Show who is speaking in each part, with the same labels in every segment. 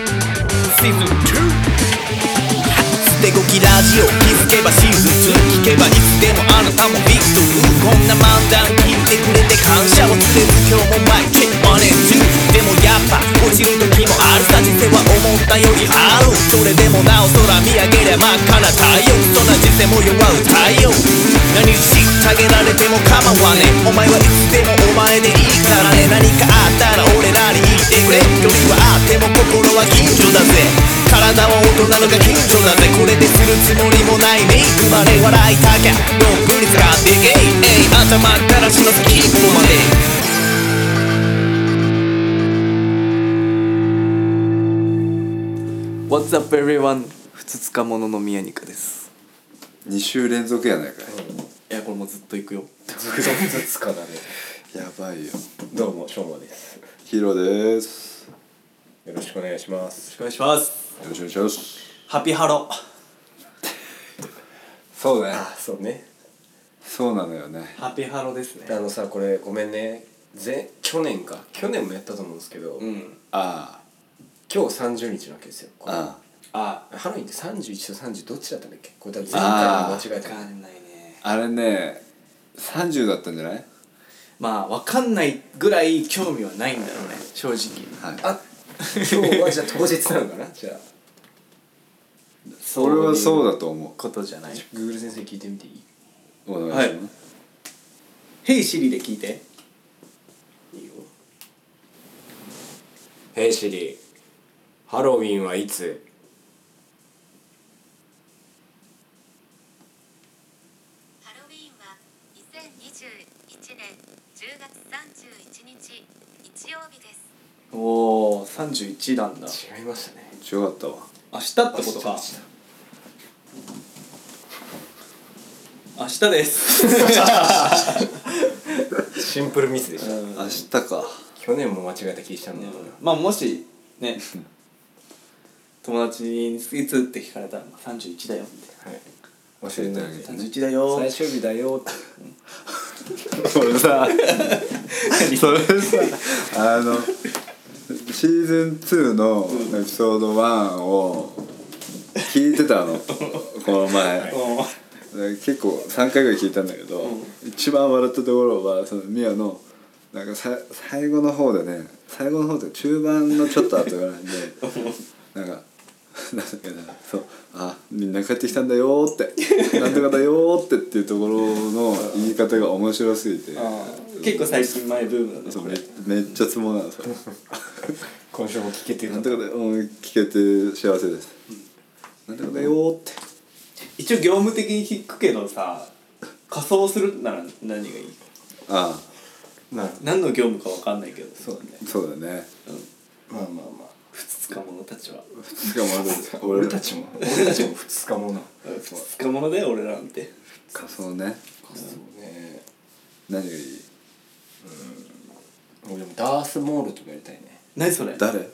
Speaker 1: シーズン2捨てゴキラジオ気づけばシーズン2聞けばいつでもあなたもビッグこんな漫談聞いてくれて感謝を伝える今日もマイケルマネージでもやっぱ落ちる時もあるさ人生は思ったよりあるそれでもなお空見上げりゃ真っ赤な太陽そんな人生も弱う太陽何し下げられても構わねえお前はいつでもお前でいいからね何かあったら俺らに言ってくれ距離はあっても心は近所だぜ体は大人のが近所だぜこれでするつもりもないメイクまで笑いたきゃどんぶり使ってけいえい頭から血の先っぽまで
Speaker 2: 「What's up everyone」ふつつかものの宮にかです
Speaker 3: 2週連続やないかい、
Speaker 2: いやこれもうずっといくよ
Speaker 4: ずっとずつかだね
Speaker 3: やばいよ
Speaker 4: どうもしょうまです
Speaker 3: ヒロです
Speaker 4: よろしくお願いします
Speaker 2: お願いします
Speaker 3: よろしくお願いします
Speaker 2: ハピハロ
Speaker 3: そうね
Speaker 4: あそうね
Speaker 3: そうなのよね
Speaker 2: ハピハロですね
Speaker 4: あのさこれごめんね前去年か去年もやったと思うんですけど、
Speaker 2: うん
Speaker 3: あ
Speaker 4: 今日30日なわけですよこ
Speaker 3: あ
Speaker 4: れ
Speaker 3: あ
Speaker 2: あ
Speaker 4: ハロウィンって31と30どっちだったんだっけこれ多分前
Speaker 3: あ
Speaker 4: 回間違え
Speaker 2: わ
Speaker 4: た
Speaker 2: かんないね
Speaker 3: ああれね30だったんじゃない
Speaker 2: まあわかんないぐらい興味はないんだろうね正直
Speaker 3: はい
Speaker 4: あ今日はじゃあ当日なのかなじゃあ
Speaker 2: そ
Speaker 3: 俺はそう
Speaker 2: いう
Speaker 3: だと思
Speaker 2: ことじゃない
Speaker 4: グーグル先生聞いてみていいう
Speaker 3: お願いします、
Speaker 2: 「ヘイシリ」で聞いていいよ
Speaker 4: ヘイシリハロウィンはいつ
Speaker 5: ハロウィーンは2021年10月31日日曜日です。
Speaker 2: おお31なんだ
Speaker 4: 違いましたね
Speaker 3: 違かったわ
Speaker 2: 明日ってことか明日です
Speaker 4: シンプルミスでした、
Speaker 2: うん
Speaker 3: 明日か
Speaker 4: 去年も間違えた気したんだよな、
Speaker 2: まあもし ね友達に「いつ?」って聞かれたら「まあ31だよ」みたい
Speaker 4: はい
Speaker 3: 教えてあげて
Speaker 2: な「
Speaker 3: ね
Speaker 2: 31だよ」
Speaker 4: 最終日だよって
Speaker 3: それさ それさあのシーズン2のエピソード1を聞いてた のこの前、
Speaker 2: うん
Speaker 3: 結構3回ぐらい聞いたんだけど、一番笑ったところはそのミヤのなんかさ最後の方でね最後の方で中盤のちょっと後ぐらいでなんか。なんだっけなそうあみんな帰ってきたんだよーってなんとかだよーってっていうところの言い方が面白すぎて
Speaker 2: 結構最近前ブームだね
Speaker 3: そう
Speaker 2: こ
Speaker 3: め
Speaker 2: れ
Speaker 3: めっちゃツボなのそれ
Speaker 4: 今週も聞けてる
Speaker 3: なんとかだようん聞けて幸せです、なんとかだよーって
Speaker 2: 一応業務的に引くけどさ仮装するなら何がいい
Speaker 3: あ
Speaker 4: なる
Speaker 2: 何の業務か分かんないけど
Speaker 4: そうだね
Speaker 3: あそうだね
Speaker 4: まあまあまあ
Speaker 2: 二日者たちは
Speaker 3: しかも俺
Speaker 4: 俺たちも俺たちも二日もな
Speaker 2: 二日者だよ俺らなんて
Speaker 3: 仮装ね
Speaker 4: そうね
Speaker 3: 何がいい
Speaker 4: 俺もダースモールとかやりたいね
Speaker 2: 何それ
Speaker 3: 誰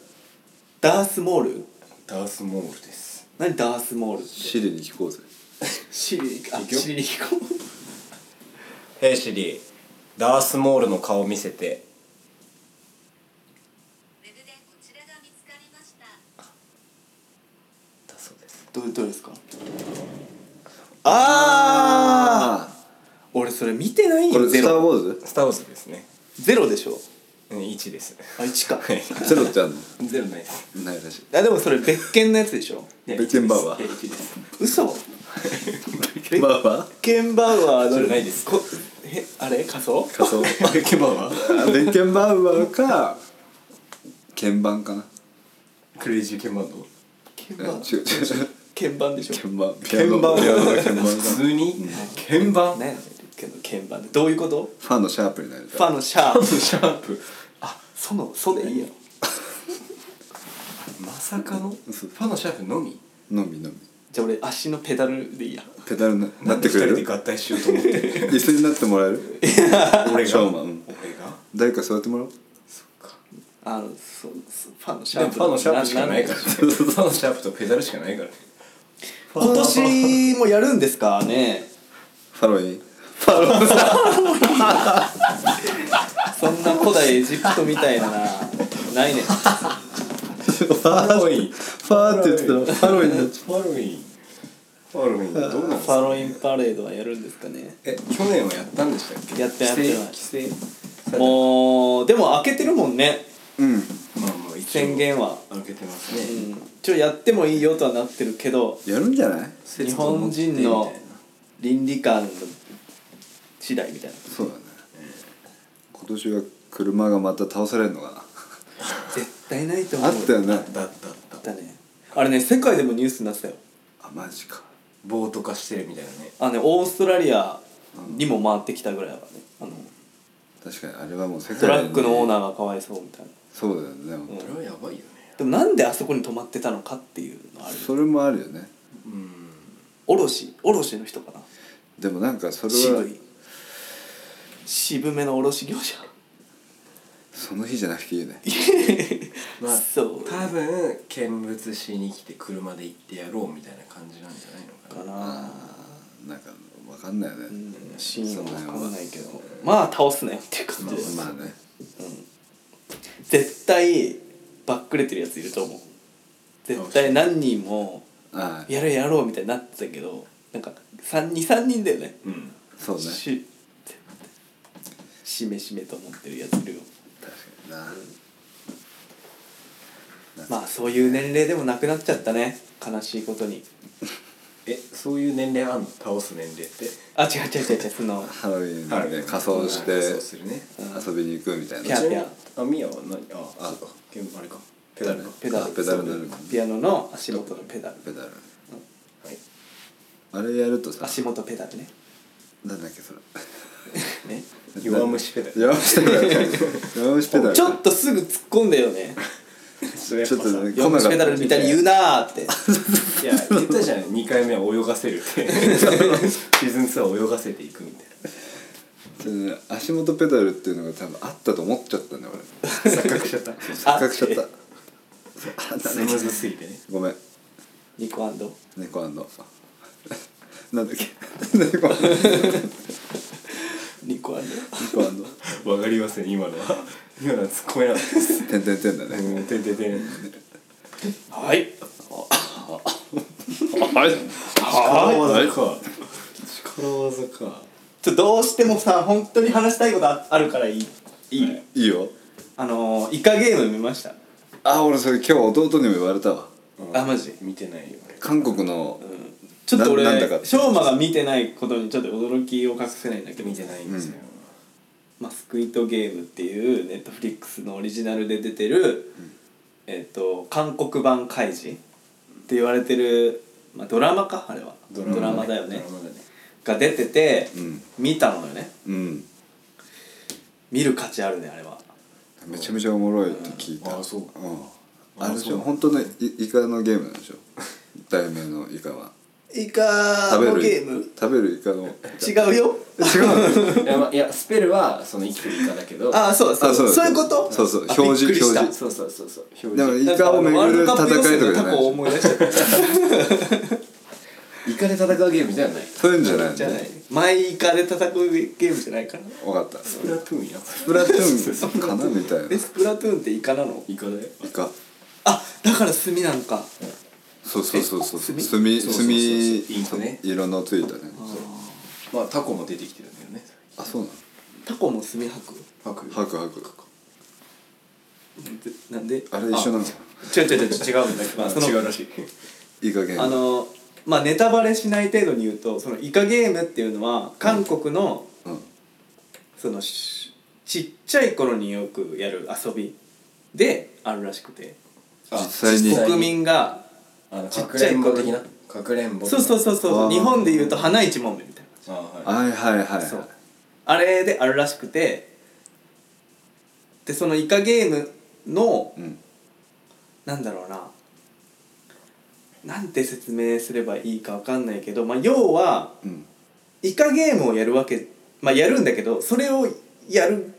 Speaker 2: ダースモール
Speaker 4: ダースモールです
Speaker 2: 何ダースモールって
Speaker 3: シリに聞こうぜ
Speaker 2: シリあ
Speaker 4: いくよ
Speaker 2: シリ行こう
Speaker 4: ヘイシリダースモールの顔見せて
Speaker 5: ウェブでこちらが見つかりました。
Speaker 4: だそうです
Speaker 2: どうどうですかああ
Speaker 3: あ
Speaker 2: 俺それ見てない
Speaker 3: こ
Speaker 2: よ
Speaker 3: れ「
Speaker 2: ゼ
Speaker 3: スター・
Speaker 2: ロ
Speaker 3: ウォーズ
Speaker 4: スターウォーズですね
Speaker 2: ゼロでしょ
Speaker 4: うん一です
Speaker 2: あ一か」
Speaker 3: ゼロってあん
Speaker 4: ゼロないです
Speaker 3: のないらしい
Speaker 2: あでもそれ別件のやつでしょ
Speaker 4: いや
Speaker 3: ベッケンバウアー
Speaker 4: 一ですいや一です
Speaker 2: 嘘
Speaker 3: まあまあ
Speaker 2: ベッケンバウアーの
Speaker 4: じゃないです
Speaker 2: こえあれ仮装
Speaker 3: 仮 装
Speaker 4: ベッケンバウアー
Speaker 3: あで鍵盤はか鍵盤かな
Speaker 4: クレイジーケンバンド
Speaker 2: 鍵
Speaker 3: うん
Speaker 2: 盤
Speaker 3: 違う違う違う
Speaker 2: 鍵盤でしょ
Speaker 3: 鍵盤
Speaker 4: 鍵盤
Speaker 3: ピアノの鍵盤
Speaker 4: 普
Speaker 3: フ
Speaker 4: 通に鍵盤
Speaker 2: 何やねんけど鍵盤でどういうこと
Speaker 3: ァンのシャープになる
Speaker 2: ファンのシャープ
Speaker 4: シャープ
Speaker 2: そのそでいいやろ
Speaker 4: まさかのファンのシャープのみ
Speaker 3: のみのみ
Speaker 2: じゃあ俺足のペダルでいいや
Speaker 3: ペダルななってくれ
Speaker 4: なん
Speaker 3: る
Speaker 4: で二人で合体しようと思ってる
Speaker 3: 椅子になってもらえる
Speaker 4: 俺
Speaker 3: ショーマン
Speaker 4: が
Speaker 3: うん
Speaker 4: 俺が
Speaker 3: 誰か座ってもらおう
Speaker 2: あのそうそうファンのシ
Speaker 4: で
Speaker 2: ャー
Speaker 4: も
Speaker 2: プ
Speaker 4: ファンのシャープしかないからねファンのシャープとペダルしかないからね
Speaker 2: 今年もやるんですかね
Speaker 3: ハロウィン
Speaker 2: そんな古代エジプトみたいななないね
Speaker 3: ファ
Speaker 4: ロイン
Speaker 3: ーファーって言ってたらファロインになっちゃ
Speaker 4: ファロインファロインどうなんです
Speaker 2: ファ
Speaker 4: か
Speaker 2: ロインパレードはやるんですかね
Speaker 4: え去年はやったんでしたっけ
Speaker 2: やってないやってない
Speaker 4: 規制規制
Speaker 2: もうでも開けてるもんね
Speaker 3: ううん
Speaker 4: まあもう一応
Speaker 2: 宣言は
Speaker 4: 開けてます
Speaker 2: う
Speaker 4: ね
Speaker 2: ん一応やってもいいよとはなってるけど
Speaker 3: やるんじゃない
Speaker 2: 日本人の倫理観次第みたいな
Speaker 3: そうだね今年は車がまた倒されるのか
Speaker 2: 絶対ないと
Speaker 3: な
Speaker 2: 思
Speaker 3: あ
Speaker 2: う
Speaker 3: ったよね
Speaker 4: だっただった
Speaker 2: だねあれね世界でもニュースになってたよ
Speaker 3: あマジか
Speaker 4: 暴徒化してるみたいなね
Speaker 2: あのねオーストラリアにも回ってきたぐらいだからねあの
Speaker 3: 確かにあれはもう世界
Speaker 2: トラックのオー
Speaker 3: ー
Speaker 2: ナーがかわいそうみたいな
Speaker 3: そうだよね、本当
Speaker 4: それはやばいよね
Speaker 2: でもなんであそこに泊まってたのかっていうのある
Speaker 3: それもあるよね
Speaker 2: 卸卸の人かな
Speaker 3: でもなんかそれは
Speaker 2: 渋い渋めの卸業者
Speaker 3: その日じゃなくていいよね
Speaker 4: まあ
Speaker 2: そう
Speaker 4: 多分見物しに来て車で行ってやろうみたいな感じなんじゃないのかな
Speaker 2: かな
Speaker 3: なんかわかんないよね、
Speaker 2: シーンは分かんないけどまあ倒すなよっていう感じです
Speaker 3: まあね
Speaker 2: 絶対バックれてるやついると思う絶対何人も
Speaker 3: ああ
Speaker 2: やろうやろうみたいになってたけどなんか23人だよね
Speaker 4: うん
Speaker 3: そうね
Speaker 2: ししめしめと思ってるやついるよ
Speaker 3: 確かにな
Speaker 2: まあそういう年齢でもなくなっちゃったね悲しいことに
Speaker 4: えそういう年齢あんの倒す年齢って
Speaker 2: あ違う違う違う違うその
Speaker 3: ハロウィンで仮装し
Speaker 4: 仮
Speaker 3: て
Speaker 4: 装するね
Speaker 3: 遊びに行くみたい
Speaker 2: ピア
Speaker 3: な
Speaker 2: ノ
Speaker 4: ちなみにあミヤは何ああそうかけんあれかペダルか
Speaker 2: ペダル
Speaker 3: あペダルになるか
Speaker 2: ピアノの足元のペダル
Speaker 3: ペダル
Speaker 4: はい
Speaker 3: あれやるとさ
Speaker 2: 足元ペダルね
Speaker 3: なんだっけそれ
Speaker 2: ね
Speaker 4: 弱虫ペダル
Speaker 3: 弱虫ペダル弱虫ペダル
Speaker 2: ちょっとすぐ突っ込んだよ ね
Speaker 4: それや
Speaker 3: ちょ
Speaker 4: ぱ
Speaker 3: っ
Speaker 4: さ
Speaker 3: とね
Speaker 2: 「よしペダルみたいに言うな」って
Speaker 4: いや言った じゃん2回目は泳がせ るってシーズン2は泳がせていくみたい
Speaker 3: ちょっとね足元ペダルっていうのが多分あったと思っちゃったんだよ俺
Speaker 4: な錯覚しちゃったス
Speaker 2: あ
Speaker 3: 錯覚しちゃったそうあだ
Speaker 4: ム
Speaker 3: ね
Speaker 4: ーズすぎてね
Speaker 3: ごめん
Speaker 2: ニコアンド
Speaker 3: 猫アンドなんだっけ猫アンド
Speaker 2: ニコアンド
Speaker 3: 猫アンド
Speaker 4: わかりません今のは 今のは突っ込めなかったです
Speaker 3: てんてんてんだね
Speaker 4: うんてんてんてん
Speaker 2: はい
Speaker 3: はい
Speaker 4: 力
Speaker 3: はい
Speaker 4: 技か力技か
Speaker 2: ちょどうしてもさ本当に話したいことああるからいいいい、
Speaker 3: いいよ
Speaker 2: あのーイカゲーム見ました
Speaker 3: あ俺それ今日弟にも言われたわ
Speaker 2: あマジ
Speaker 4: 見てないよ俺
Speaker 3: 韓国の
Speaker 2: ちょっと俺
Speaker 3: ななんだか
Speaker 2: しょうまが見てないことにちょっと驚きを隠せないんだけど
Speaker 4: 見てないんですよ、
Speaker 2: まあ、スクイッドゲームっていうネットフリックスのオリジナルで出てる、えっ、と韓国版怪人って言われてる、まあ、ドラマかあれはドラマだよね
Speaker 4: ドラマだね
Speaker 2: が出てて、
Speaker 3: ん
Speaker 2: 見たのよね
Speaker 3: うん
Speaker 2: 見る価値あるねあれは
Speaker 3: めちゃめちゃおもろいって聞いた
Speaker 4: あーそうん
Speaker 3: あれでしょ本当のイイカのゲームなんでしょ題名のイカは
Speaker 2: イカの
Speaker 3: 食べ
Speaker 2: ゲ
Speaker 3: る
Speaker 2: ーム
Speaker 3: 食べるイカの
Speaker 2: 違うよ
Speaker 4: いやまあいやスペルはその生きてるイカだけど
Speaker 2: ああそうそう
Speaker 3: あ
Speaker 2: そ
Speaker 3: そうう
Speaker 2: いうこと
Speaker 3: そうそう
Speaker 2: あ
Speaker 3: 表示
Speaker 2: びっくりした
Speaker 3: 表
Speaker 4: そうそうそうそう表
Speaker 3: でも
Speaker 4: 示
Speaker 3: イカを巡る戦いとかじゃ
Speaker 2: なんワールドカップ予選の
Speaker 3: な
Speaker 2: タ
Speaker 3: い
Speaker 2: コを思い出しちゃっ
Speaker 4: イカで戦うゲームじゃない
Speaker 3: そういうんじゃない
Speaker 2: た
Speaker 3: の
Speaker 2: じゃな
Speaker 3: ね
Speaker 2: いマイイカで戦うゲームじゃないから
Speaker 3: 分かったス
Speaker 4: スプラトゥーンや
Speaker 3: プラトゥーンかなみたい
Speaker 2: で
Speaker 3: な
Speaker 2: スプラトゥーンってイカなの
Speaker 4: イカだよ
Speaker 3: イカ
Speaker 2: あだから炭なんか
Speaker 3: そうそうそうそう
Speaker 2: え
Speaker 3: 炭
Speaker 2: 炭
Speaker 3: 炭
Speaker 4: そうそうそうインクね
Speaker 3: 色のついたね
Speaker 4: まあタコも出てきてるんだよね
Speaker 3: あそうなの
Speaker 2: タコも炭吐く
Speaker 4: ハク
Speaker 3: ハクハク
Speaker 2: でなんで
Speaker 3: あれ一緒なの
Speaker 2: あ違う違う違う違うんだけど、
Speaker 4: まあ
Speaker 2: その
Speaker 4: 違うらしい
Speaker 3: イカゲーム
Speaker 2: あのまあネタバレしない程度に言うとそのイカゲームっていうのは韓国の、
Speaker 3: うん
Speaker 2: そのしちっちゃい頃によくやる遊びであるらしくて
Speaker 4: あ
Speaker 3: 実際に
Speaker 2: 国民が
Speaker 4: あの
Speaker 2: ちっ
Speaker 4: かく
Speaker 2: ちゃ
Speaker 4: れ
Speaker 2: い
Speaker 4: ん
Speaker 2: 子
Speaker 4: ぼ的なかくれんぼ
Speaker 2: そうそうそうそ
Speaker 3: あ
Speaker 2: う
Speaker 3: ー
Speaker 2: 日本で言うと花一問目みたい
Speaker 4: あはい
Speaker 3: はいはいはいはい
Speaker 2: なそうあれであるらしくてでそのイカゲームの
Speaker 3: うん
Speaker 2: なんだろうななんて説明すればいいかわかんないけど、まあ、要は
Speaker 3: うん
Speaker 2: イカゲームをやるわけまあやるんだけどそれをやる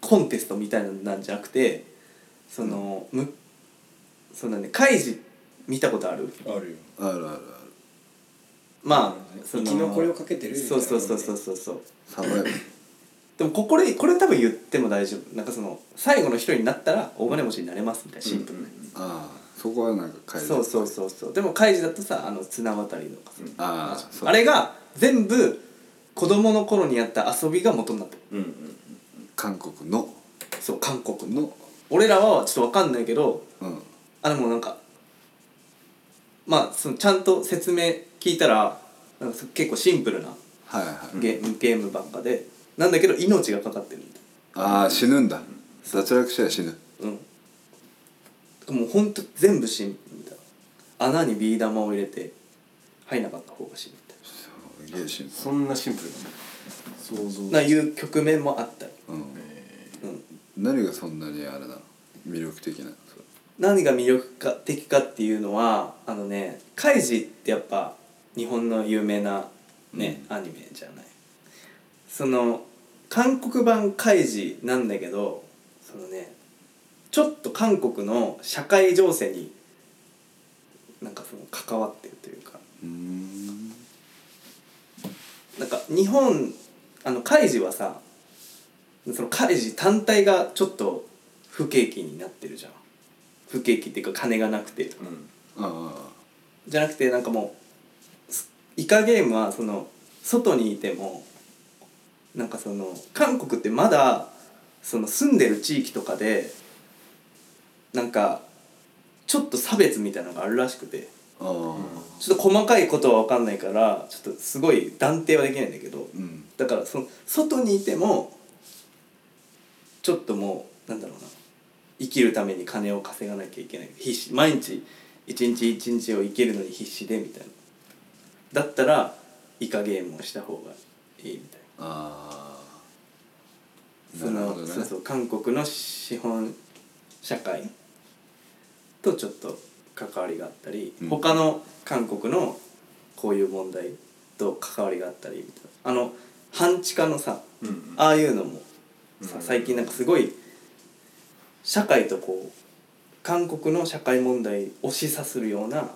Speaker 2: コンテストみたいなんじゃなくてその、むそうだねカイジ見たことある
Speaker 4: あるよ
Speaker 3: あるあるある
Speaker 2: まあ
Speaker 4: 生き残りをかけてるみたい
Speaker 2: そ
Speaker 4: な
Speaker 2: うそうそうそうそうそう
Speaker 3: サバイバル
Speaker 2: でもここでこれ多分言っても大丈夫なんかその最後の一人になったら大金持ちになれますみたいなシンプルな、
Speaker 3: ああそこはなんか変え
Speaker 2: そうそうそうそうでもカイジだとさあの綱渡りとかさ、
Speaker 3: ああそう
Speaker 2: あれが全部子供の頃にやった遊びが元になってる
Speaker 4: うんうん
Speaker 3: 韓国の
Speaker 2: そう韓国の
Speaker 3: の
Speaker 2: 俺らはちょっとわかんないけど
Speaker 3: うん
Speaker 2: あでもなんかまあそのちゃんと説明聞いたらなんかそ結構シンプルな
Speaker 3: はいはい、
Speaker 2: ゲームゲームばっかでなんだけど命がかかってるみたい
Speaker 3: ああ死ぬんだ脱落したら死ぬ
Speaker 2: なうんもうほんと全部シンプルみたいな穴にビー玉を入れて入らなかった方が死ぬみたい
Speaker 3: ゲー死ぬ
Speaker 4: そんなシンプルなの想像
Speaker 2: なないう局面もあったり、
Speaker 3: うん
Speaker 2: うん、
Speaker 3: 何がそんなにあれなの魅力的なのそれ
Speaker 2: 何が魅力か的かっていうのはあのね「カイジ」ってやっぱ日本の有名なね、アニメじゃないその韓国版「カイジ」なんだけどそのねちょっと韓国の社会情勢になんかその関わってるというか
Speaker 3: うーん
Speaker 2: なんか日本あのカイジはさそのカイジ単体がちょっと不景気になってるじゃん不景気っていうか金がなくてとか
Speaker 4: うん
Speaker 3: あ
Speaker 2: じゃなくてなんかもうすイカゲームはその外にいてもなんかその韓国ってまだその住んでる地域とかでなんかちょっと差別みたいなのがあるらしくて
Speaker 3: あああ
Speaker 2: ちょっと細かいことは分かんないからちょっとすごい断定はできないんだけど
Speaker 3: うん
Speaker 2: だからその外にいてもちょっともうなんだろうな生きるために金を稼がなきゃいけない必死毎日一日一日を生きるのに必死でみたいなだったらイカゲームをした方がいいみたい
Speaker 3: あ
Speaker 2: な
Speaker 3: なるほ
Speaker 2: その
Speaker 3: どね
Speaker 2: そうそう韓国の資本社会とちょっと関わりがあったり、
Speaker 3: うん
Speaker 2: 他の韓国のこういう問題と関わりがあったりみたいなあの半地下のさ
Speaker 4: うん
Speaker 2: ああいうのもさ最近なんかすごい社会とこう韓国の社会問題を示唆するような
Speaker 4: うん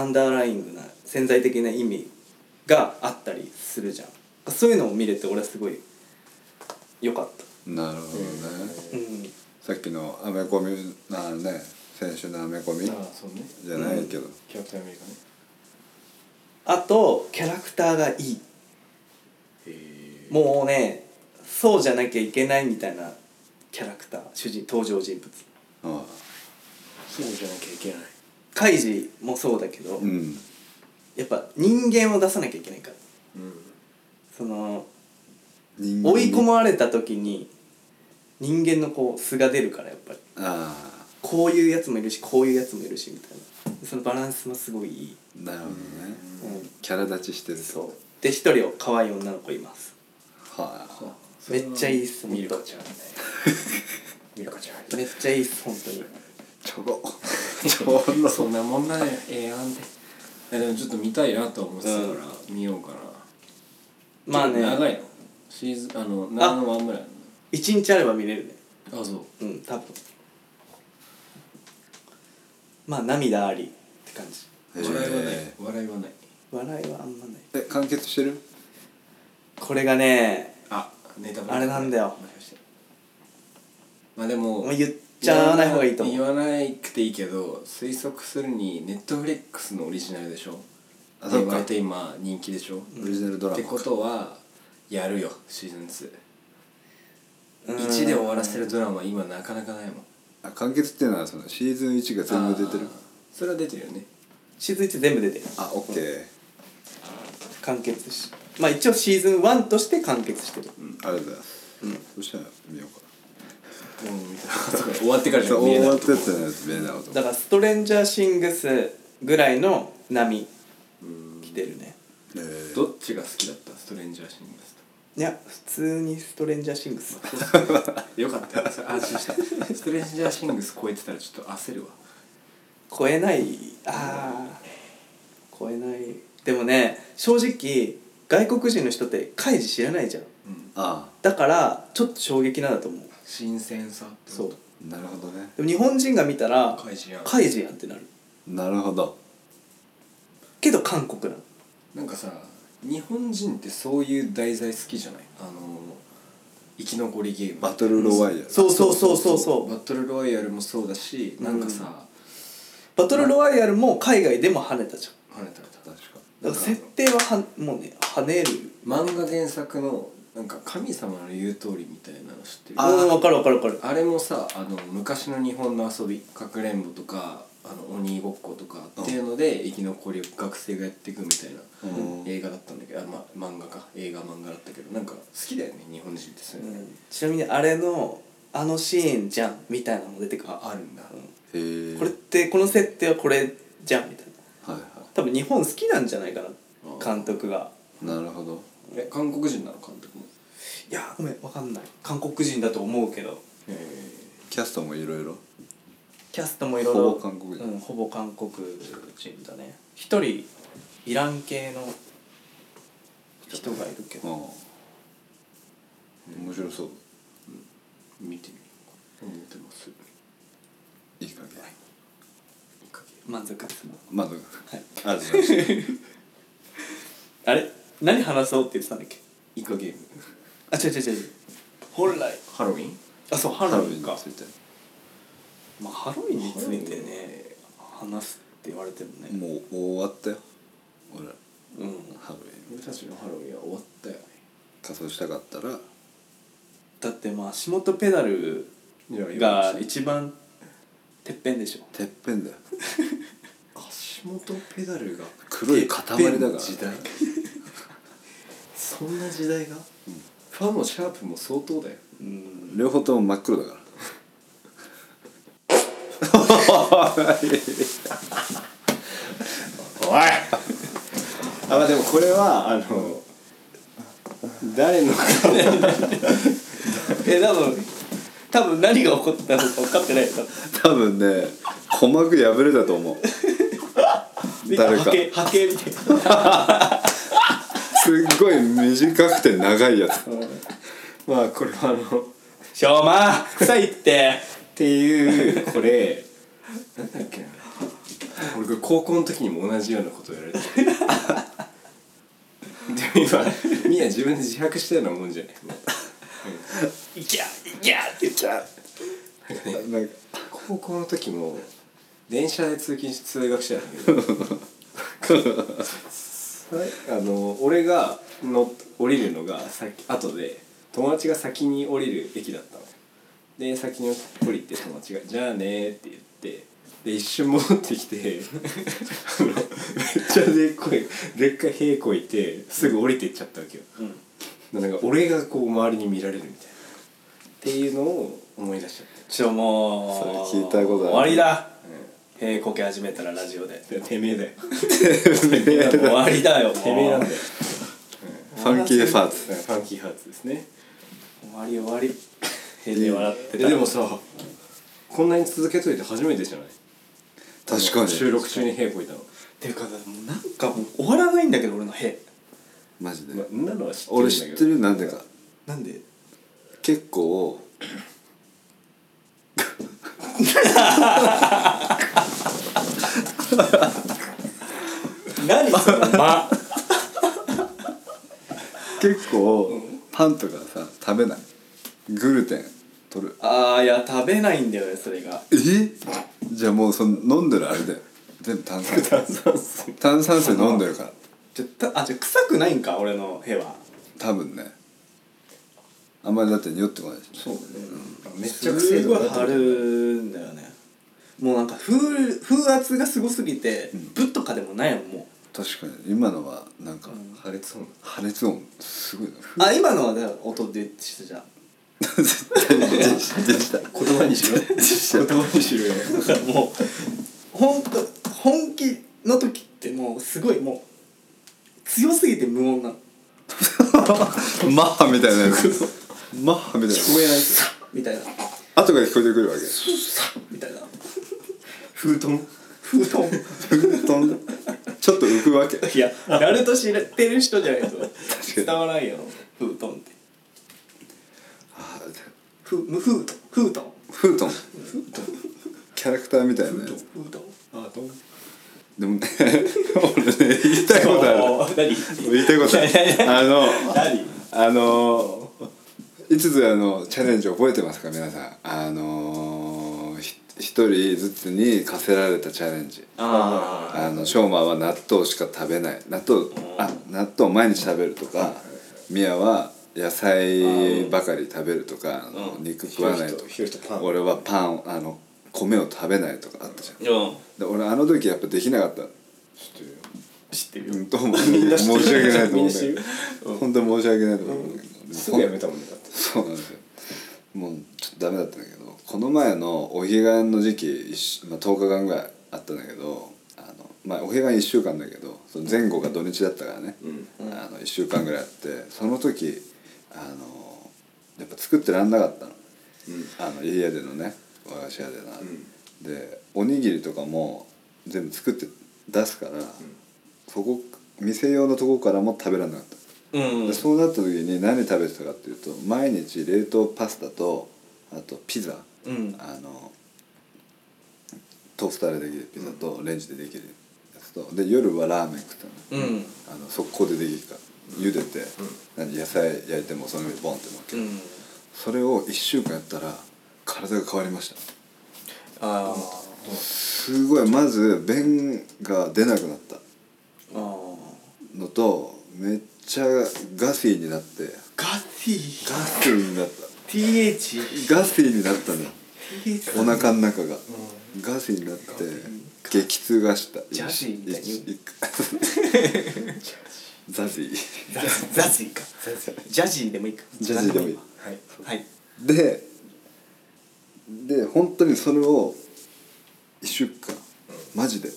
Speaker 2: アンダーライングな潜在的な意味があったりするじゃんそういうのを見れて俺はすごい良かった、
Speaker 3: あなるほどね、
Speaker 2: うん、
Speaker 3: さっきのアメコミなね先週のアメコミ
Speaker 4: ああそうね
Speaker 3: じゃないけど、
Speaker 4: キャプテンアメリカね
Speaker 2: あとキャラクターがいい
Speaker 4: へ
Speaker 2: もうねそうじゃなきゃいけないみたいなキャラクター主人登場人物
Speaker 3: あ
Speaker 4: そうじゃなきゃいけない
Speaker 2: カイジもそうだけど、
Speaker 3: あうん
Speaker 2: やっぱ人間を出さなきゃいけないから
Speaker 4: うん
Speaker 2: その
Speaker 3: 人間
Speaker 2: 追い
Speaker 3: に
Speaker 2: 込まれた時に人間のこう素が出るからやっぱり
Speaker 3: あ
Speaker 2: こういうやつもいるしこういうやつもいるしみたいなそのバランスもすごいいい、
Speaker 3: あなるほどね
Speaker 2: うん、
Speaker 3: キャラ立ちしてる
Speaker 2: そうで一人を可愛い女の子います
Speaker 3: はあ
Speaker 2: めっちゃいいっす
Speaker 4: ミルカ
Speaker 2: 本
Speaker 4: ちゃんねミルカちゃん
Speaker 2: 当めっちゃいいっす本当に
Speaker 3: ちょろちょろ
Speaker 4: そんなもんだねええやんでえでもちょっと見たいなとは思ってたから、見ようかな
Speaker 2: まあ
Speaker 4: 長
Speaker 2: ね
Speaker 4: いのシーズンあの長野ワンぐらい
Speaker 2: 一日あれば見れるね
Speaker 4: あのあそう
Speaker 2: うん多分まあ涙ありって感じ
Speaker 3: へえ
Speaker 4: 笑いはない笑いはない
Speaker 2: 笑いはあんまない
Speaker 3: え完結してる
Speaker 2: これがね
Speaker 4: あネタバレ
Speaker 2: あれなんだよ
Speaker 4: もしかしてまあでも
Speaker 2: もう言っちゃわない方がいいと思う
Speaker 4: 言わないくていいけど推測するにネットフレックスのオリジナルでしょ
Speaker 3: あそっか
Speaker 4: 割と今人気でしょ、
Speaker 3: オリジナルド
Speaker 4: っ
Speaker 3: ラ
Speaker 4: て
Speaker 3: マ
Speaker 4: ことはやるよシーズン2
Speaker 2: うん
Speaker 4: 1で終わらせるドラマ今なかなかないもん
Speaker 3: あ完結っていうのはそのシーズン1が全部出てる
Speaker 4: あーそれは出てるよね
Speaker 2: シーズン1全部出てる
Speaker 3: あオッケー
Speaker 2: 完結しまあ一応シーズン1として完結してる
Speaker 3: ありがとうございますそしたら見ようか
Speaker 4: もう見たそう終わってからじゃ
Speaker 3: そう
Speaker 4: 見え
Speaker 3: 終
Speaker 4: な
Speaker 3: わ
Speaker 4: い
Speaker 3: ってってないと見えない男
Speaker 2: だからストレンジャーシングスぐらいの波来てるね
Speaker 3: えー
Speaker 4: どっちが好きだったストレンジャーシングス
Speaker 2: いや普通にストレンジャーシングス
Speaker 4: と よかったよそれ安心したストレンジャーシングス超えてたらちょっと焦るわ
Speaker 2: 超えないああ超えないでもね正直外国人の人ってカイジ知らないじゃん
Speaker 3: あ
Speaker 2: だからちょっと衝撃なんだと思う
Speaker 4: 新鮮さって
Speaker 2: そう
Speaker 3: あなるほどね
Speaker 2: でも日本人が見たら
Speaker 4: カイジやん
Speaker 2: カイジやんってなる
Speaker 3: なるほど
Speaker 2: けど韓国なの
Speaker 4: なんかさ日本人ってそういう題材好きじゃないあの生き残りゲーム
Speaker 3: バトルロワイヤル
Speaker 2: そうそうそうそうそう
Speaker 4: バトルロワイヤルもそうだしなんかさ、
Speaker 2: バトルロワイヤルも海外でも跳ねたじゃん
Speaker 4: 跳ねたりとか
Speaker 3: 確か
Speaker 2: だから設定ははもうね跳ねる
Speaker 4: 漫画原作のなんか神様の言う通りみたいなの知ってる
Speaker 2: ああ分かる分かる分かる
Speaker 4: あれもさあの昔の日本の遊びかくれんぼとかあの鬼ごっことかっていうので生き残りを学生がやっていくみたいな
Speaker 3: うん
Speaker 4: 映画だったんだけどあ、まあ、漫画か映画漫画だったけどなんか好きだよね日本人ってそういうの、
Speaker 2: ちなみにあれのあのシーンじゃんみたいなのも出てくる
Speaker 4: ああるんだ、
Speaker 3: へえ
Speaker 2: これってこの設定はこれじゃんみたいな
Speaker 3: はいは
Speaker 2: 多分日本好きなんじゃないか
Speaker 4: あ
Speaker 2: な監督が
Speaker 3: いなるほど
Speaker 4: え韓国人なの監督も
Speaker 2: いやごめんわかんない韓国人だと思うけど
Speaker 4: え
Speaker 3: キャストもいろいろ
Speaker 2: キャストもいろいろ
Speaker 3: ほぼ韓国人
Speaker 2: うん、ほぼ韓国人だね一人イラン系の人がいるけ
Speaker 3: ああ
Speaker 2: ど
Speaker 3: 面白そう
Speaker 4: 見てみようか思ってますい
Speaker 3: いい加減
Speaker 4: いかげ
Speaker 2: 満足です
Speaker 3: まず、ありがとうございます
Speaker 2: あれ何話そうって言ってたんだっけ
Speaker 4: イカゲーム
Speaker 2: あ違う違う違う本来
Speaker 4: ハロウィン
Speaker 2: あそうハ
Speaker 3: ハロ
Speaker 2: ロ
Speaker 3: ウ
Speaker 2: ウ
Speaker 3: ィ
Speaker 2: ィ
Speaker 3: ン
Speaker 2: ンか
Speaker 3: について
Speaker 2: まあ、ハロウィンについてね話すって言われてもね、
Speaker 3: もう終わったよ俺ら
Speaker 2: うん、
Speaker 3: ハロウィン
Speaker 4: 俺たちのハロウィンは終わったよね
Speaker 3: 仮装したかったら
Speaker 2: だってまあ足元ペダル
Speaker 4: いやいや
Speaker 2: が一番てっぺんでしょ
Speaker 3: てっぺんだよ
Speaker 4: 足元ペダルが
Speaker 3: 黒い塊だから
Speaker 4: 時代そんな時代が、ファンもシャープも相当だよ
Speaker 2: うん
Speaker 3: 両方とも真っ黒だから
Speaker 4: おいあまあでもこれはあの誰の顔
Speaker 2: え多分多分何が起こったのか分かってないよ多分
Speaker 3: 多分ね鼓膜破れたと思う誰か
Speaker 2: 波形波形みたいな
Speaker 3: すっごい短くて長いやつ
Speaker 4: まあこれはあのっ
Speaker 2: 「しょうま臭いって
Speaker 4: ていうこれなんだっけな俺これ高校の時にも同じようなことをやられてたでも今ミヤ自分で自白したようなもんじゃない
Speaker 2: いきゃいきゃ」って言っちゃう
Speaker 3: なんか
Speaker 4: 高校の時も電車で通勤し通学してたんだけど あの俺がの降りるのが先後で友達が先に降りる駅だったので先に降りて友達が「じゃあね」って言ってで一瞬戻ってきてあのめっちゃでっこいでっかい屁こいてすぐ降りてっちゃったわけよ、なんか俺がこう周りに見られるみたいなっていうのを思い出しちゃった
Speaker 2: ちょもう
Speaker 3: それ聞いたことある
Speaker 2: 終わりだへえこけ始めたらラジオで
Speaker 4: いやてめえだよ
Speaker 2: もう終わりだよもう
Speaker 4: てめえなんだよ
Speaker 3: ファンキーファーツ
Speaker 4: ファンキーハーツですね
Speaker 2: 終わり終わりへえで笑って
Speaker 4: え
Speaker 2: た
Speaker 4: でもさこんなに続けといて初めてじゃない
Speaker 3: 確かに
Speaker 4: 収録中に屁こいたの
Speaker 2: ていうかもうなんかもう終わらないんだけど俺のへえ
Speaker 3: マジで、
Speaker 4: まんなのは知ってるん
Speaker 3: 俺
Speaker 4: だけ
Speaker 3: 知
Speaker 4: ど
Speaker 3: ってるなんでか
Speaker 2: なんで
Speaker 3: 結構
Speaker 2: 何その間
Speaker 3: 結構パンとかさ食べないグルテン取る
Speaker 2: ああいや食べないんだよねそれが
Speaker 3: えじゃあもうその飲んでるあれだよ全部炭酸炭酸水炭酸水飲んでるから
Speaker 2: ちょたあじゃあ臭くないんか俺の部屋は
Speaker 3: 多分ねあんまりだって匂ってこないし
Speaker 4: そうだね、めっちゃくせえ
Speaker 2: すごい
Speaker 4: な
Speaker 2: 張るんだよねもうなんか風風圧がすごすぎて、ブッとかでもないもんも
Speaker 3: 確かに今のはなんか
Speaker 4: 破裂音
Speaker 3: 破裂音すごいな
Speaker 2: うあ今のはだから音でしたじゃん
Speaker 3: 絶対に出した出した
Speaker 4: 言葉にしろ言葉にしろよ
Speaker 2: だからもう本当本気の時ってもうすごいもう強すぎて無音なの
Speaker 3: マッハみたいなやつマッハみたいなやつ
Speaker 2: えないみたいな
Speaker 3: 後から聞こえてくるわけ
Speaker 2: みたいな
Speaker 4: 封筒
Speaker 2: 封筒
Speaker 3: ちょっと浮くわけ確
Speaker 2: いやナルト知ってる人じゃないと
Speaker 3: か
Speaker 2: 伝
Speaker 3: にあ
Speaker 2: わらんよ封筒って
Speaker 3: ーじゃ
Speaker 2: ふ無封筒封筒
Speaker 3: あフートンキャラクターみたいなやつ
Speaker 2: 封筒
Speaker 4: あどう
Speaker 3: でもね 俺ね言いたいことある
Speaker 2: そう
Speaker 4: 何
Speaker 3: 言いたいことあの
Speaker 4: 何
Speaker 3: あのいつぞあのチャレンジ覚えてますか皆さんあのひ一人ずつに課せられたチャレンジ
Speaker 2: あ
Speaker 3: あのショーマンは納豆しか食べない納豆あ納豆を毎日食べるとかミヤは野菜ばかり食べるとかあの肉食わないとか
Speaker 4: ひろひとパン
Speaker 3: 俺はパンをあの米を食べないとかあったじゃん
Speaker 2: あうん
Speaker 3: で俺あの時やっぱできなかった
Speaker 4: 知ってるよ
Speaker 2: 知ってるよ
Speaker 3: うんどうも
Speaker 4: みんな知ってる
Speaker 3: 申し訳ないと
Speaker 4: みん
Speaker 3: 思う
Speaker 4: なん
Speaker 3: だ
Speaker 4: 知
Speaker 3: け
Speaker 4: って
Speaker 3: ど本当に申し訳ないと思うんだけど、
Speaker 4: すぐやめたもんねだって
Speaker 3: そうなんですよもうちょっとダメだったんだけどこの前のお彼岸の時期、一週まあ、10日間ぐらいあったんだけどあの、まあ、お彼岸1週間だけどその前後が土日だったからね、あの1週間ぐらいあってその時あのやっぱ作ってらんなかったの,、あの家でのね和菓子屋でな、でおにぎりとかも全部作って出すから、そこ店用のとこからも食べらんなかった。
Speaker 2: うん
Speaker 3: でそうなった時に何食べてたかっていうと毎日冷凍パスタとあとピザ、
Speaker 2: うん
Speaker 3: あのトースターでできるピザとレンジでできるやつとで夜はラーメン食ったの,、
Speaker 2: うん
Speaker 3: あの速攻でできるから茹でて、何野菜焼いてもその上にボンって乗っけ
Speaker 2: う
Speaker 3: る、
Speaker 2: ん
Speaker 3: それを1週間やったら体が変わりました
Speaker 2: あ
Speaker 3: すごいまず便が出なくなった
Speaker 2: ーあー
Speaker 3: のとめっちゃガスィになって
Speaker 2: ガティ
Speaker 3: ガスィになった
Speaker 2: ー TH
Speaker 3: ガスになったのよお
Speaker 2: TH
Speaker 3: 腹の中が、ガスになって激痛がした
Speaker 2: ジャジーみたいに
Speaker 3: いいザジー
Speaker 2: ザジーかジャジーでもいいか
Speaker 3: ジャジーでもいい
Speaker 4: はい
Speaker 2: はい
Speaker 3: でで本当にそれを1週間マジで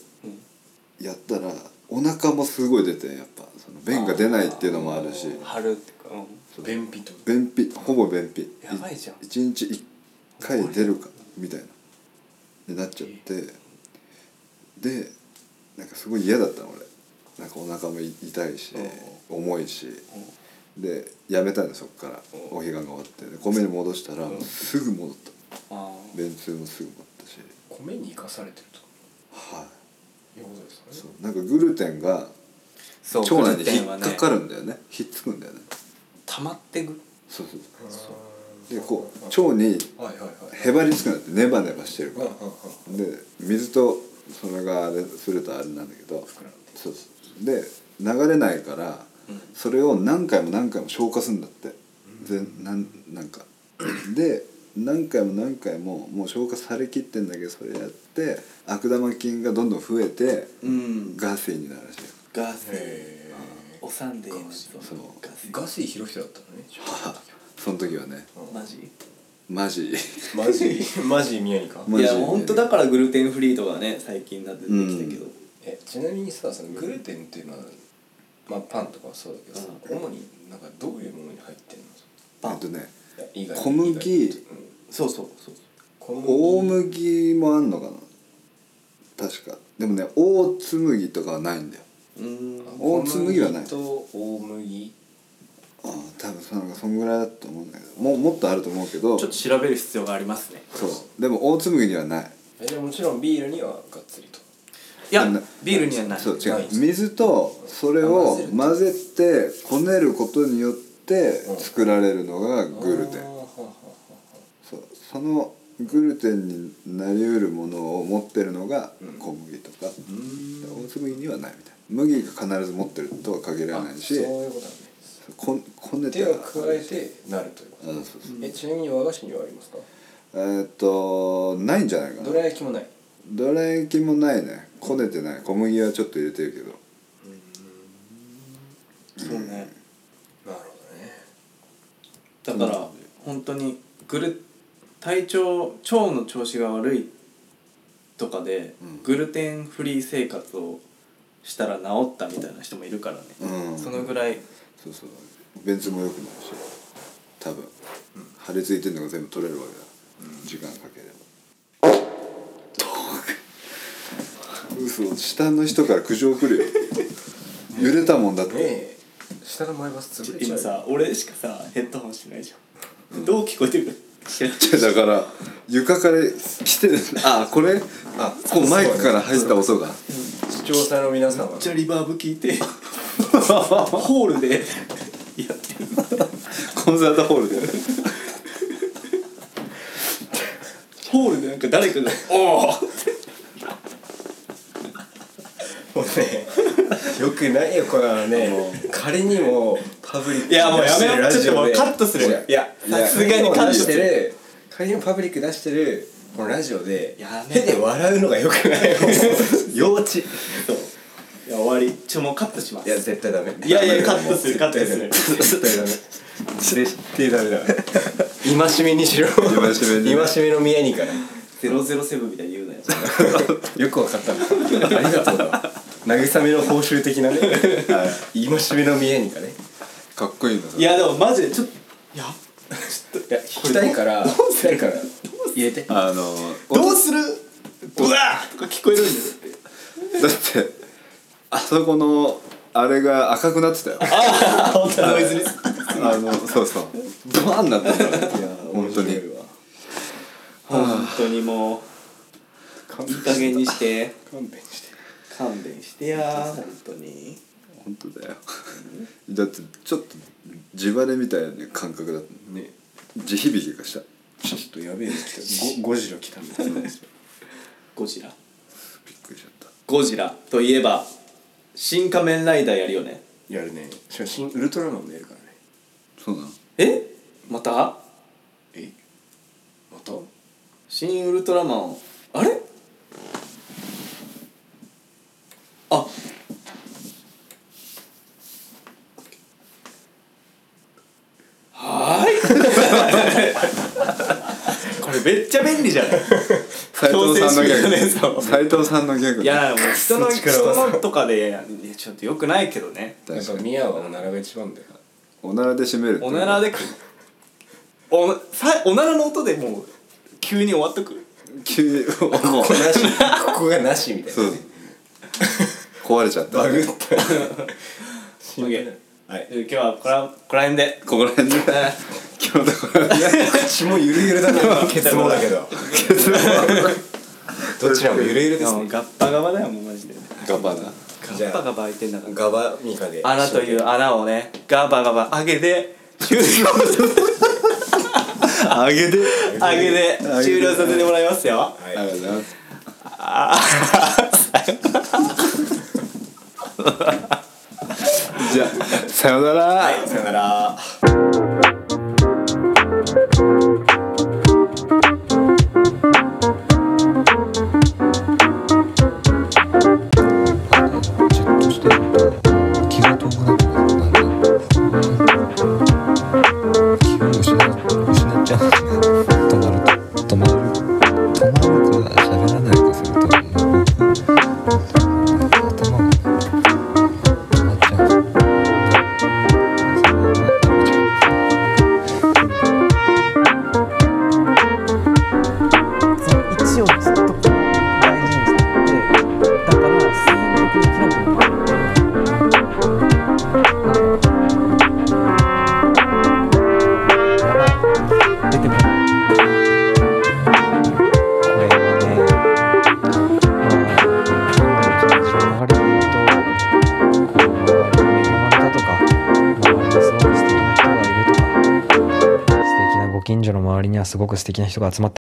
Speaker 3: やったらお腹もすごい出てやっぱその便が出ないっていうのもあるし
Speaker 2: 春っていうかうん
Speaker 4: 便秘と
Speaker 3: 便秘ほぼ便秘
Speaker 2: やばいじゃん
Speaker 3: 1日1回出るかみたいなになっちゃってでなんかすごい嫌だったの俺なんかお腹も痛いし重いしでやめたんだそっからお彼岸が終わってで米に戻したらすぐ戻った
Speaker 2: あ
Speaker 3: 便通もすぐ戻ったし
Speaker 4: 米に生かされてると
Speaker 3: はい
Speaker 4: いうことです
Speaker 3: そ
Speaker 4: かね
Speaker 3: うなんかグルテンが
Speaker 2: ー
Speaker 3: 腸内に
Speaker 2: そう
Speaker 3: 引っかかるんだよねひっつくんだよね
Speaker 2: 溜まってく
Speaker 3: そうそう
Speaker 4: そ
Speaker 3: でこう腸に
Speaker 4: はいはいはい
Speaker 3: へばりつくなってネバネバしてるから
Speaker 4: うんうんうん
Speaker 3: で水とそれがあれするとあれなんだけど
Speaker 4: 膨らんで
Speaker 3: そうそうで流れないから、それを何回も何回も消化するんだって、ぜなんなんかで何回も何回ももう消化されきってんだけどそれやって悪玉菌がどんどん増えて、
Speaker 2: うん
Speaker 3: ガスになるらしい
Speaker 2: ガス
Speaker 4: へ
Speaker 2: おさんでええのに
Speaker 3: そう
Speaker 2: ガス
Speaker 4: ーガスイヒロヒロだったのね
Speaker 3: その時はね
Speaker 2: マジ
Speaker 3: マジ
Speaker 4: マジマジ宮にか
Speaker 3: マ
Speaker 2: い
Speaker 3: ジ
Speaker 2: やもう本当だからグルテンフリーとかね最近なってきたけど
Speaker 4: えちなみにさそのグルテンっていうのはまあパンとかはそうだけどさ
Speaker 2: うん
Speaker 4: 主になんかどういうものに入ってるの
Speaker 3: えっとね
Speaker 4: いや以外
Speaker 3: 小麦
Speaker 4: 以外うん
Speaker 2: そうそうそう
Speaker 4: 小麦
Speaker 3: 大麦もあんのかな確かでもね大つ麦とかはないんだよ
Speaker 2: うーん
Speaker 3: 大麦はない
Speaker 4: 小麦と大麦
Speaker 3: ああ多分そのそんぐらいだと思うんだけどもうもっとあると思うけど
Speaker 2: ちょっと調べる必要がありますね
Speaker 3: そうでも大つ麦にはない
Speaker 4: えでももちろんビールにはがっつりと
Speaker 2: いや
Speaker 3: あの
Speaker 2: ビールにはない
Speaker 3: そう違
Speaker 4: ないう
Speaker 3: 水とそれを混ぜてこねることによって作られるのがグルテン
Speaker 4: あーはあは
Speaker 3: そうそのグルテンになりうるものを持ってるのが小麦とか、大つ麦にはないみたいな麦が必ず持ってるとは限
Speaker 4: あ
Speaker 3: ら
Speaker 4: はあ
Speaker 3: ない
Speaker 4: そう
Speaker 3: し
Speaker 4: いうことなんね
Speaker 3: こんこねて
Speaker 4: 手
Speaker 3: は
Speaker 4: を加えてなるというこ
Speaker 3: あ
Speaker 4: と
Speaker 3: そうそう
Speaker 4: えちなみに和菓子にはありますか
Speaker 3: えーっとないんじゃないかな
Speaker 4: どら焼きもない
Speaker 3: どら焼きもないねこねてない小麦はちょっと入れてるけど
Speaker 2: そうね
Speaker 4: なるほどね
Speaker 2: だから本当にグル体調腸の調子が悪いとかで、グルテンフリー生活をしたら治ったみたいな人もいるからね、
Speaker 3: うん
Speaker 2: そのぐらい
Speaker 3: そうそう便通も良くなるし多分、張り付いてるのが全部取れるわけだ、時間かければ遠く嘘下の人から苦情来るよ揺れたもんだって、
Speaker 4: ねえ下の前バス潰れ
Speaker 2: 今
Speaker 4: ちゃうよ
Speaker 2: さ俺しかさヘッドホンしてないじゃん、どう聞こえてる知らん
Speaker 3: いやだから床から来てるあこれあこうマイクから入った音が
Speaker 4: 視聴者の皆さん は
Speaker 2: じゃあリバーブ聞いてホールでやってる
Speaker 3: コンサートホールで
Speaker 2: ホールでなんか誰かが「おお!」
Speaker 4: もうねよくないよこれはね仮にもパブリック
Speaker 2: いやもうやめよう
Speaker 4: 出してるラジオで
Speaker 2: ちょっともうカットする
Speaker 4: いや
Speaker 2: いや
Speaker 4: さすが
Speaker 2: い
Speaker 4: に
Speaker 2: や
Speaker 4: カット
Speaker 2: いいよ
Speaker 4: してる仮にもパブリック出してるこのラジオで
Speaker 2: やめ
Speaker 4: 手
Speaker 2: ろ
Speaker 4: で笑うのがよくないよ幼稚い
Speaker 2: そういや終わりちょもうカットします
Speaker 4: や絶対ダメ
Speaker 2: いやいやカットするカットする
Speaker 4: 絶対ダメ絶対ダメだ戒めにしろ
Speaker 3: 戒めにね
Speaker 4: 戒めの宮にから
Speaker 2: 007みたいに言うなよ
Speaker 4: よくわかったなありがとうだ 慰めの報酬的なね戒めの宮にかね
Speaker 3: かっこいいない
Speaker 2: やでもマジでちょっといや
Speaker 4: いや聞きたいから聞きたいから入れて
Speaker 3: あの
Speaker 2: どうするうわーとか聞こえるんだよ
Speaker 3: だってあそこのあれが赤くなってたよあ
Speaker 2: 本当ノイズに
Speaker 3: のそうそうドワンなってたからいや本当に
Speaker 2: 本当にもう
Speaker 4: 勘
Speaker 2: いい加減にして
Speaker 4: 勘弁して
Speaker 2: 勘弁してや本当に
Speaker 3: 本当だよだってちょっと地バレみたいな感覚だったね地響きがした
Speaker 4: ちょっとやべえの来 たゴゴジラ来たみたいな
Speaker 2: ゴジラ
Speaker 3: びっくりしちゃった
Speaker 2: ゴジラといえば新仮面ライダーやるよね
Speaker 4: やるねしかも新ウルトラマンもやるからね
Speaker 3: そうなの
Speaker 2: えまた
Speaker 4: えまた
Speaker 2: 新ウルトラマンあれあはーい これめっちゃ便利じゃない
Speaker 3: 斉藤さんの
Speaker 2: 強制終
Speaker 3: ギ
Speaker 2: 了
Speaker 3: ャ
Speaker 2: ねそう
Speaker 3: グ斉藤さんのギャグ
Speaker 2: いやもう人の
Speaker 4: 力技
Speaker 2: 人のとかでいやちょっとよくないけどね
Speaker 3: 確かに
Speaker 4: ミヤはおならが一 番だよ
Speaker 3: おならで締めるって
Speaker 2: おならでおなさおならの音でもう急に終わっとく
Speaker 3: 急にもう
Speaker 4: ここなしここがなしみたい
Speaker 3: そ
Speaker 4: な
Speaker 3: う壊れちゃった
Speaker 4: バグっ
Speaker 3: こ
Speaker 4: た
Speaker 2: オッケー
Speaker 4: はい
Speaker 2: 今日はこらこら辺で
Speaker 3: こら辺で今日のところは
Speaker 4: 口もゆるゆるだなケツもだけど どちらもゆるゆるです
Speaker 2: も
Speaker 4: ね
Speaker 2: うガッパガバだよもうマジで
Speaker 3: ガバナ
Speaker 2: ガ
Speaker 4: じゃ
Speaker 2: ッ
Speaker 4: あ
Speaker 2: パガバ開いてんだから
Speaker 4: ガバミカで
Speaker 2: 穴という穴をねガバガバ上げ て終了
Speaker 3: あげて
Speaker 2: 上げて終了させてもらいますよ
Speaker 3: ありがとうござい ますじゃあさよなら、
Speaker 4: さよなら
Speaker 3: ちょっとして気が遠くなってくるなんだ気を失う失っちゃう止まると止まる止まるく喋らないとするとなんか頭が止まっちゃうそのまま食べちゃう
Speaker 6: その一をずっと大事にしててだから自然的にキノコもやばい出てこないこれはねまあ今のうちの流れで言うとこうまあ恵まれたとか周りにすごく素敵な人がいるとか素敵なご近所の周りにはすごく素敵な人が集まってます